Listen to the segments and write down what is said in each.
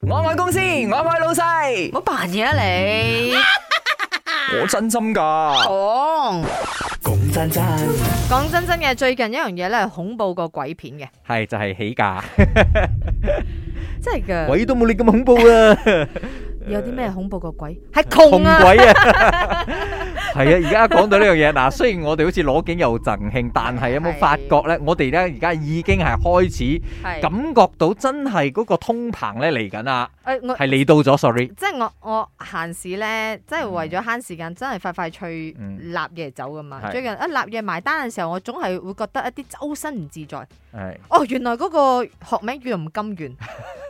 我愛公司，我愛老細唔，好扮嘢啊你！我真心噶。講講真真，嗯講真真嘅，最近一樣嘢咧係恐怖過鬼片嘅，係就係起 價，真係嘅。鬼都冇你咁恐怖啦， 有啲咩恐怖過鬼？係窮啊！鬼 啊！係啊，而家講到呢樣嘢，嗱，雖然我哋好似攞景又贈慶，但係有冇發覺咧？我哋咧而家已經係開始係感覺到真係嗰個通膨咧嚟緊啦，誒我係嚟到咗，sorry。即係我我閒時咧，即係為咗慳時間，真係快快脆嗯立夜走噶嘛。係最近一立夜埋單嘅時候，我總係會覺得一啲周身唔自在。係哦，原來嗰個學名叫唔甘 願，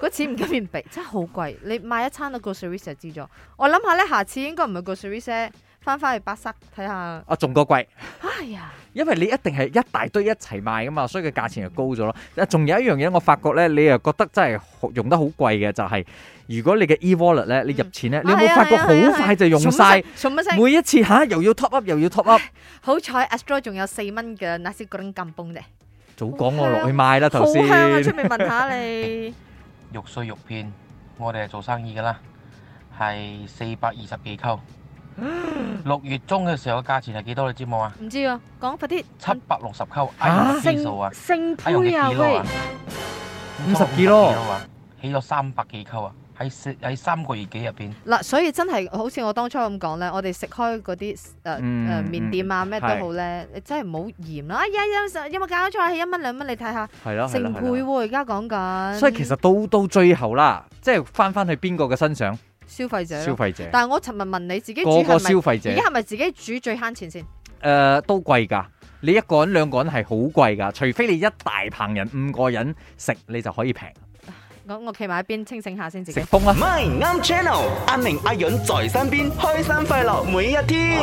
嗰錢唔甘願俾，真係好貴。你買一餐都 grocery 就知咗。我諗下咧，下次應該唔係 grocery 翻翻去百塞睇下。啊，仲過貴。哎呀，因為你一定係一大堆一齊賣噶嘛，所以個價錢就高咗咯。啊，仲有一樣嘢，我發覺咧，你又覺得真係好用得好貴嘅，就係、如果你嘅 e wallet 咧，嗯你入錢咧，你有哦啊冇發覺好快就用晒？送乜聲？每一次吓、又要 top up 又要 top up，好彩 Astro 仲有四蚊嘅 n a s i g r a n 咁崩啫，早講我落去買啦頭啊好先。香啊！出面問下你，肉碎肉片，我哋係做生意噶啦，係四百二十幾溝。六月中嘅時候嘅價錢係幾多？你知冇啊？唔知啊，講快啲。七百六十溝，啊哎基數啊，升哎用幾杯啊，幾咯喂啊，，五十幾咯咯啊，起咗三百幾溝啊，喺四喺三個月幾入邊，嗱，所以真係好似我當初咁講咧，我哋食開嗰啲誒誒嗯麵店啊咩都係好咧，你真係唔好嫌啦。哎呀，有有冇搞錯啊？係一蚊兩蚊，你睇下係咯係成咯倍係咯。喎，而家講緊。所以其實到到最後啦，即係翻翻去邊個嘅身上？消費者消咯，費者，但係我尋日問你自己煮個個消係咪？費者而家係咪自己煮最慳錢先？誒、呃都貴㗎。你一個人兩個人係好貴㗎，除非你一大棚人五個人食，你就可以平我我企埋一邊清醒下先自食己。風啦。 My 啱 channel，阿明阿允在身邊，開心快樂每一天。